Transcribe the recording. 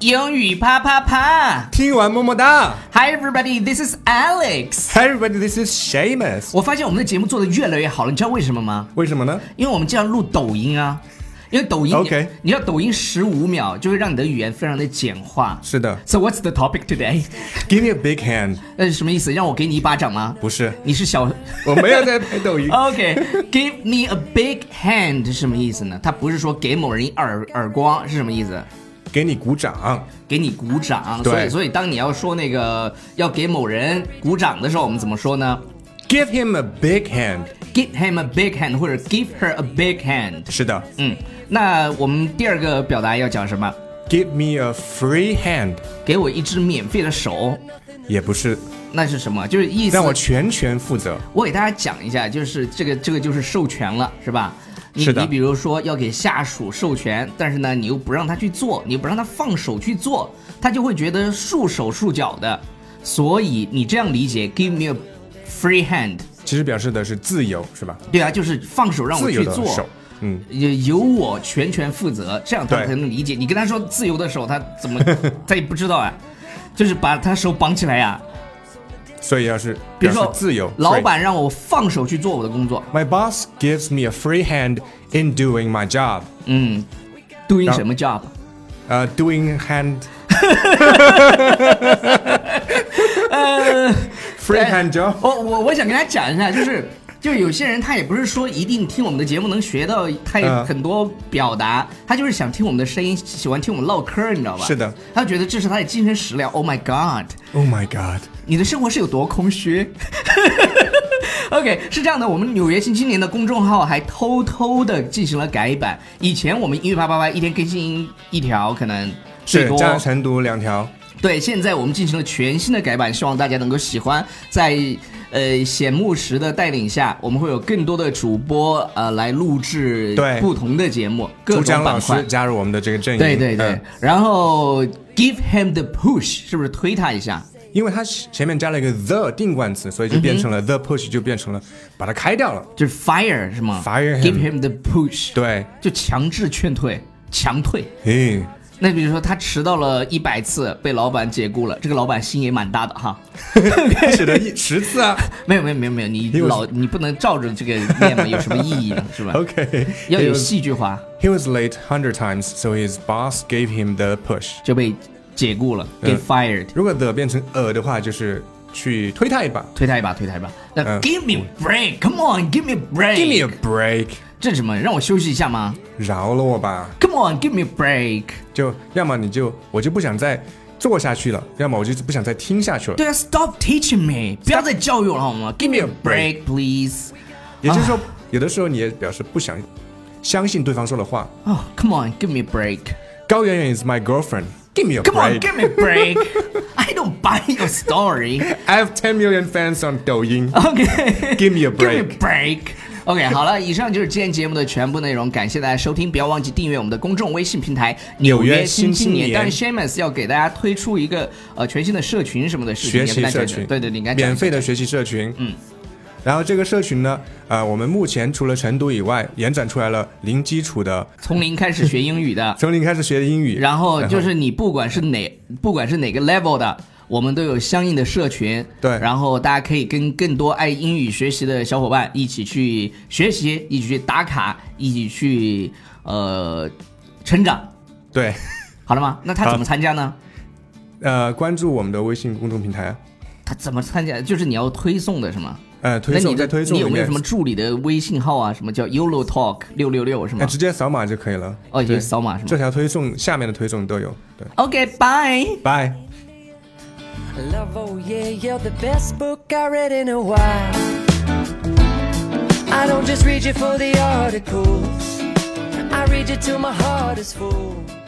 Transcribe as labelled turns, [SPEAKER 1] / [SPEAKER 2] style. [SPEAKER 1] 英语啪啪啪
[SPEAKER 2] 听完么么哒。
[SPEAKER 1] ！Hi everybody, this is Alex。
[SPEAKER 2] Hi everybody, this is Shamus。
[SPEAKER 1] 我发现我们的节目做的越来越好了，你知道为什么吗？
[SPEAKER 2] 为什么呢？
[SPEAKER 1] 因为我们经常录抖音啊，因为抖音
[SPEAKER 2] OK
[SPEAKER 1] 你知道抖音十五秒就会让你的语言非常的简化。
[SPEAKER 2] 是的
[SPEAKER 1] So what's the topic today？
[SPEAKER 2] ，Give me a big hand。
[SPEAKER 1] 那是什么意思？让我给你一巴掌吗？
[SPEAKER 2] 不是，
[SPEAKER 1] 你是 小。
[SPEAKER 2] 我没有在拍抖音
[SPEAKER 1] OK，give、me a big hand 是什么意思呢？它不是说给某人一耳耳光是什么意思？
[SPEAKER 2] 给你鼓掌，
[SPEAKER 1] 给你鼓掌。所以
[SPEAKER 2] 对
[SPEAKER 1] 所以当你要说那个要给某人鼓掌的时候，我们怎么说呢
[SPEAKER 2] give him a big hand。
[SPEAKER 1] ？Give him a big hand 或者 give her a big hand。
[SPEAKER 2] 是的
[SPEAKER 1] 嗯，那我们第二个表达要讲什么？
[SPEAKER 2] ，give me a free hand，
[SPEAKER 1] 给我一只免费的手，
[SPEAKER 2] 也不是，
[SPEAKER 1] 那是什么？就是意思。
[SPEAKER 2] 让我全权负责。
[SPEAKER 1] 我给大家讲一下，就是这个这个就是授权了，是吧？你
[SPEAKER 2] 是的
[SPEAKER 1] 你比如说要给下属授权，但是呢，你又不让他去做，你又不让他放手去做，他就会觉得束手束脚的。所以你这样理解，give me a free hand，
[SPEAKER 2] 其实表示的是自由，是吧？
[SPEAKER 1] 对啊，就是放手让我
[SPEAKER 2] 自由
[SPEAKER 1] 去
[SPEAKER 2] 的
[SPEAKER 1] 做，
[SPEAKER 2] 手，嗯，
[SPEAKER 1] 也由我全权负责，这样他
[SPEAKER 2] 对
[SPEAKER 1] 才能理解。你跟他说自由的手，他怎么他也不知道啊，就是把他手绑起来呀、
[SPEAKER 2] 所以要是
[SPEAKER 1] 比如
[SPEAKER 2] 表
[SPEAKER 1] 说
[SPEAKER 2] 示自由。
[SPEAKER 1] 老
[SPEAKER 2] free
[SPEAKER 1] 板让我放手去做我的工作，
[SPEAKER 2] My boss gives me a free hand in doing my job.
[SPEAKER 1] 嗯，doing
[SPEAKER 2] 然后
[SPEAKER 1] 什么 job？
[SPEAKER 2] 呃、d o i n g hand. free hand job.
[SPEAKER 1] 哦，我我想跟大家讲一下，就是就有些人他也不是说一定听我们的节目能学到太
[SPEAKER 2] 嗯
[SPEAKER 1] 很多表达，他就是想听我们的声音，喜欢听我们唠嗑儿，你知道吧？
[SPEAKER 2] 是的，
[SPEAKER 1] 他觉得这是他的精神食粮。Oh my god！
[SPEAKER 2] Oh my god.
[SPEAKER 1] 你的生活是有多空虚 ？OK，是这样的，我们纽约新青年的公众号还偷偷的进行了改版。以前我们英语八八八一天更新一条，可能最
[SPEAKER 2] 是
[SPEAKER 1] 多
[SPEAKER 2] 加晨读两条，
[SPEAKER 1] 对，现在我们进行了全新的改版，希望大家能够喜欢。在呃显木石的带领下，我们会有更多的主播呃来录制
[SPEAKER 2] 对
[SPEAKER 1] 不同的节目，各
[SPEAKER 2] 朱
[SPEAKER 1] 种
[SPEAKER 2] 江
[SPEAKER 1] 板
[SPEAKER 2] 老师
[SPEAKER 1] 块。
[SPEAKER 2] 加入我们的这个阵营。
[SPEAKER 1] 对对对，
[SPEAKER 2] 嗯
[SPEAKER 1] 然后 give him the push，是不是推他一下？
[SPEAKER 2] 因为他前面加了一个 the 定冠词，所以就变成
[SPEAKER 1] 嗯
[SPEAKER 2] 了 the push，就变成了把它开掉了。
[SPEAKER 1] 就是 fire 是吗
[SPEAKER 2] Fire him
[SPEAKER 1] give him the push，，
[SPEAKER 2] 对，
[SPEAKER 1] 就强制劝退，强退。
[SPEAKER 2] 嗯，
[SPEAKER 1] 那比如说他迟到了一百次，被老板解雇了，这个老板心也蛮大的哈。
[SPEAKER 2] 写了一十 次啊。
[SPEAKER 1] 没有没有没有没有，你
[SPEAKER 2] 为
[SPEAKER 1] 老你不能照着这个念嘛，有什么意义呢？ 是吧
[SPEAKER 2] OK，
[SPEAKER 1] 要
[SPEAKER 2] He
[SPEAKER 1] 有
[SPEAKER 2] was-
[SPEAKER 1] 戏剧化
[SPEAKER 2] He was late hundred times, so his boss gave him the push.
[SPEAKER 1] 就被解雇了，get
[SPEAKER 2] 嗯
[SPEAKER 1] fired，
[SPEAKER 2] 如果的变成呃的话，就是去推他一把。
[SPEAKER 1] 推他一把，推他一把。那
[SPEAKER 2] 嗯
[SPEAKER 1] give me a break，come on，give me a break，
[SPEAKER 2] Give me a break，
[SPEAKER 1] 这是什么？让我休息一下吗
[SPEAKER 2] 饶了我吧！
[SPEAKER 1] ？Come on，give me a break。
[SPEAKER 2] 就要么你就我就不想再做下去了，要么我就不想再听下去了。
[SPEAKER 1] 对啊，stop teaching me，不要再教育我了好吗？Give me a
[SPEAKER 2] break
[SPEAKER 1] break，please。
[SPEAKER 2] 也就是说，有的时候你也表示不想相信对方说的话。
[SPEAKER 1] 哦，come on，give me a break。
[SPEAKER 2] 高圆圆 is my girlfriend. Give me a
[SPEAKER 1] Come on,
[SPEAKER 2] break.
[SPEAKER 1] give me a break. I don't buy your story.。
[SPEAKER 2] I have ten million fans on 抖音
[SPEAKER 1] OK.
[SPEAKER 2] Give me
[SPEAKER 1] Give
[SPEAKER 2] a
[SPEAKER 1] me a
[SPEAKER 2] break.
[SPEAKER 1] break. OK，好了，以上就是今天节目的全部内容，感谢大家收听，不要忘记订阅我们的公众微信平台《纽
[SPEAKER 2] 纽约
[SPEAKER 1] 约新
[SPEAKER 2] 新青
[SPEAKER 1] 年》。
[SPEAKER 2] 年
[SPEAKER 1] 但是 Shamus 要给大家推出一个呃全新的社群什么的事情，
[SPEAKER 2] 学
[SPEAKER 1] 你
[SPEAKER 2] 习
[SPEAKER 1] 要跟大家讲
[SPEAKER 2] 社
[SPEAKER 1] 讲
[SPEAKER 2] 群，
[SPEAKER 1] 对对，你应哎该讲
[SPEAKER 2] 免费的学习社群，嗯。然后这个社群呢，呃，我们目前除了晨读以外，延展出来了零基础的，，
[SPEAKER 1] 从零开始学英语的
[SPEAKER 2] 从零开始学英语，
[SPEAKER 1] 然后就是你不管是哪不管是哪个 level 的。我们都有相应的社群，
[SPEAKER 2] 对
[SPEAKER 1] 然后大家可以跟更多爱英语学习的小伙伴一起去学习，一起去打卡，一起去呃成长，
[SPEAKER 2] 对，
[SPEAKER 1] 好了吗？那他
[SPEAKER 2] 好
[SPEAKER 1] 怎么参加呢？
[SPEAKER 2] 呃，关注我们的微信公众平台，啊
[SPEAKER 1] 他怎么参加？就是你要推送的是吗？
[SPEAKER 2] 呃，推
[SPEAKER 1] 那
[SPEAKER 2] 送
[SPEAKER 1] 你的
[SPEAKER 2] 在推送
[SPEAKER 1] 你有
[SPEAKER 2] 里
[SPEAKER 1] 没有什
[SPEAKER 2] 面
[SPEAKER 1] 么，助理的微信号啊？什么叫 Yolo Talk 六六六是
[SPEAKER 2] 哎，
[SPEAKER 1] 吗
[SPEAKER 2] 直接扫码就可以了。
[SPEAKER 1] 哦
[SPEAKER 2] 对
[SPEAKER 1] 也扫码是吗
[SPEAKER 2] 这条推送下面的推送都有。对，
[SPEAKER 1] ？OK，Bye。
[SPEAKER 2] 拜。
[SPEAKER 3] Love, oh yeah, you're the best book I read in a while. I don't just read you for the articles, I read you till my heart is full.